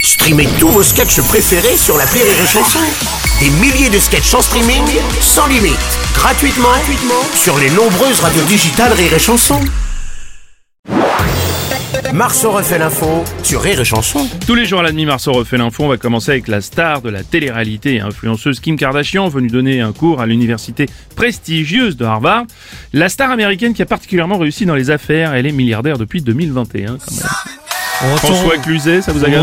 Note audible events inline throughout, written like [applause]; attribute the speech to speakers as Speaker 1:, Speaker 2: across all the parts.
Speaker 1: Streamez tous vos sketchs préférés sur la Rire et Chanson. Des milliers de sketchs en streaming, sans limite, gratuitement, gratuitement sur les nombreuses radios digitales Rire et Chanson. Marceau refait l'info sur Rire et Chanson.
Speaker 2: Tous les jours à la demi-Marceau refait l'info, on va commencer avec la star de la télé-réalité et influenceuse Kim Kardashian, venue donner un cours à l'université prestigieuse de Harvard. La star américaine qui a particulièrement réussi dans les affaires, elle est milliardaire depuis 2021. quand même. François Cluzet, ça vous agace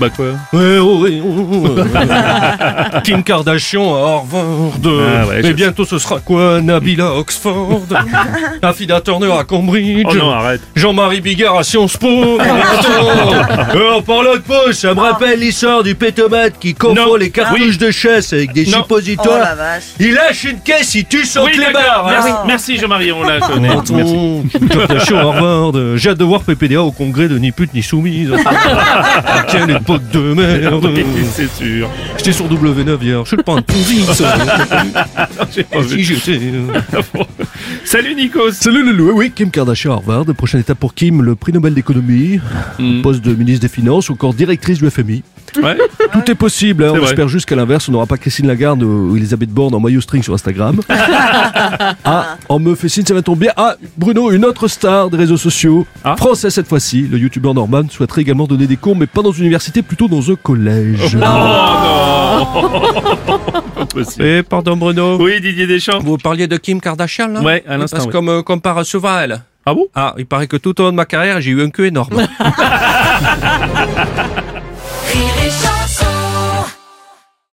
Speaker 2: Bah quoi
Speaker 3: Ouais, ouais, ouais, ouais,
Speaker 2: [laughs]
Speaker 3: ouais. Kim Kardashian à Harvard.
Speaker 2: Ah ouais, je-
Speaker 3: Et bientôt ce sera quoi Nabil à
Speaker 2: [laughs]
Speaker 3: Oxford. Afida Turner à Cambridge.
Speaker 2: Oh non, arrête.
Speaker 3: Jean-Marie Bigard à
Speaker 2: [laughs]
Speaker 3: Sciences Po. Attends. Et en parlant de poche, ça
Speaker 4: Oh.
Speaker 3: me rappelle l'histoire du pétomate qui
Speaker 2: Non.
Speaker 3: confond les cartouches de chasse avec des
Speaker 2: Non.
Speaker 4: Oh
Speaker 3: suppositoires.
Speaker 4: la vache.
Speaker 3: il lâche une caisse, il tue son
Speaker 2: Oui,
Speaker 3: clébard.
Speaker 2: d'accord.
Speaker 3: hein.
Speaker 2: Merci, merci Jean-Marie, on la connaît. [laughs]
Speaker 3: Attends,
Speaker 2: Merci.
Speaker 3: Kim Kardashian à Harvard. euh, J'ai hâte de voir PPDA au congrès de Ni pute ni soumise. Ah, Quelle époque de merde.
Speaker 2: Oui, c'est sûr.
Speaker 3: J'étais sur W9 hier, je suis pas un ponzi, [laughs] Ah,
Speaker 2: Ah, J'ai pas vu.
Speaker 3: euh.
Speaker 2: Salut Nikos.
Speaker 3: Salut Loulou, Eh oui, Kim Kardashian à Harvard. Prochaine étape pour Kim, le prix Nobel d'économie,
Speaker 2: Hmm.
Speaker 3: poste de ministre des Finances ou encore directrice du FMI.
Speaker 2: Ouais.
Speaker 3: Tout est possible, hein.
Speaker 2: C'est
Speaker 3: on
Speaker 2: vrai.
Speaker 3: espère juste qu'à l'inverse, on n'aura pas Christine Lagarde ou Elisabeth Borne en maillot string
Speaker 2: [laughs]
Speaker 3: sur Instagram. ah, on me fait signe, ça va tomber bien. Ah, Bruno, une autre star des réseaux sociaux,
Speaker 2: Ah.
Speaker 3: français cette fois-ci. Le youtubeur Norman souhaiterait également donner des cours, mais pas dans une université, plutôt dans un collège.
Speaker 2: Oh, Pas possible.
Speaker 5: Eh, pardon Bruno.
Speaker 2: Oui, Didier Deschamps.
Speaker 5: Vous parliez de Kim Kardashian là
Speaker 2: Ouais, à
Speaker 5: Il
Speaker 2: l'instant,
Speaker 5: passe
Speaker 2: oui.
Speaker 5: comme euh, compare souvent à elle.
Speaker 2: Ah bon
Speaker 5: Ah, il paraît que tout au long de ma carrière, j'ai eu un cul énorme.